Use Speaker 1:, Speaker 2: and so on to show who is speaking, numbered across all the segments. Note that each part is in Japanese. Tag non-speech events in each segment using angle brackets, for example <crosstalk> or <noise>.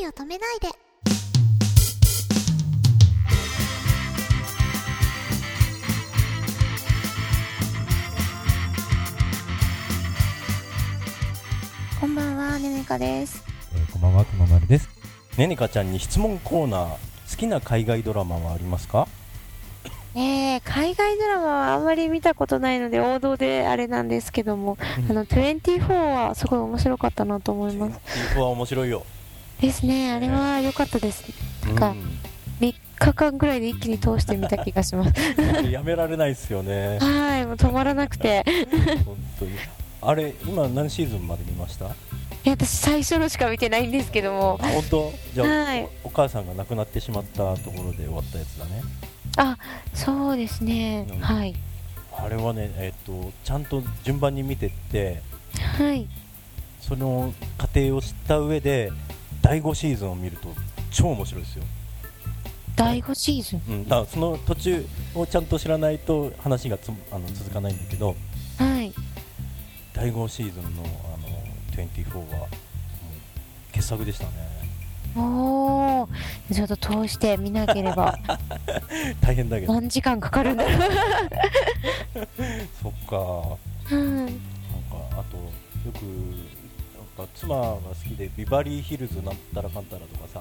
Speaker 1: 恋を止めないで。こんばんは、ねねかです。
Speaker 2: えーこんばんは、くままるです。ねねかちゃんに質問コーナー、好きな海外ドラマはありますか？
Speaker 3: ねえ海外ドラマはあんまり見たことないので王道であれなんですけども、
Speaker 2: うん
Speaker 3: あの24はすごい面白かったなと思い
Speaker 2: イン
Speaker 3: ます。
Speaker 2: フは面白いよ。
Speaker 3: ですね、あれは良かったです。
Speaker 2: う
Speaker 3: か3日間ぐらいで一気に通してみた気がし
Speaker 2: <laughs>
Speaker 3: ます。
Speaker 2: ん、やめられないですよね。
Speaker 3: はい、もう止まらなくて。
Speaker 2: 本当に。あれ今何シーズンまで見ました？あ
Speaker 3: いや私最初のしか見てないんですけども、
Speaker 2: 本当。じゃあ、
Speaker 3: はい、
Speaker 2: お母さんが亡くなってしまったところで終わったやつだね。
Speaker 3: そうですね、はい、
Speaker 2: あれはね、えっ、とちゃんと順番に見てって、
Speaker 3: はい、
Speaker 2: その過程を知った上で第5シーズンを見ると超面白いですよ。
Speaker 3: 第5シーズン、
Speaker 2: うん、だからその途中をちゃんと知らないと話がつあの続かないんだけど
Speaker 3: はい、
Speaker 2: 第5シーズンのあの24はもう傑作でしたね
Speaker 3: おお、ちょっと通して見なけれ
Speaker 2: <laughs>
Speaker 3: ば
Speaker 2: 大変だけど
Speaker 3: 何時間かかるんだろ
Speaker 2: そっかなんか
Speaker 3: う。はい
Speaker 2: あとよくなんか妻が好きでビバリーヒルズなんたらかんたらとかさ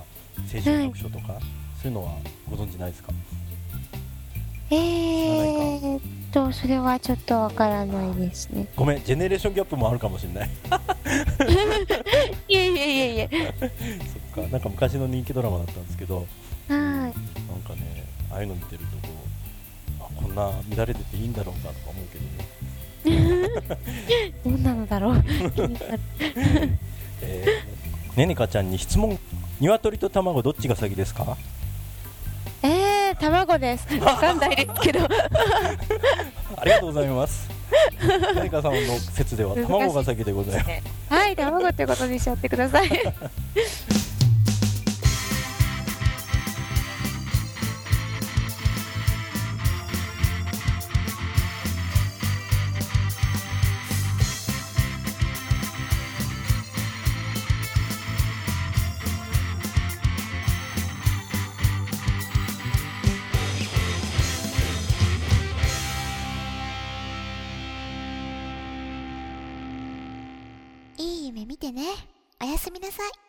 Speaker 2: 青春白書とか、そういうのはご存知ないですか
Speaker 3: えーっと、それはちょっとわからないですね。
Speaker 2: ごめんジェネレーションギャップもあるかもしれない <laughs>
Speaker 3: いえいえいえいえ。
Speaker 2: そっかなんか昔の人気ドラマだったんですけど
Speaker 3: はい。
Speaker 2: なんかね、ああいうの見てるとこう、あこんな乱れてていいんだろうかとか思うけどね、
Speaker 3: どんなのだろう。 <laughs> 気になる
Speaker 2: えー、 <laughs> ねねかちゃんに質問、鶏と卵、どっちが先ですか
Speaker 3: えー、卵です。わかんないですけど。
Speaker 2: ありがとうござい <laughs> ます。ねねかさんの説では、
Speaker 3: 難しい
Speaker 2: 卵が先でございます。
Speaker 3: はい、卵ってことにしちゃってください。
Speaker 1: いい夢見てね。おやすみなさい。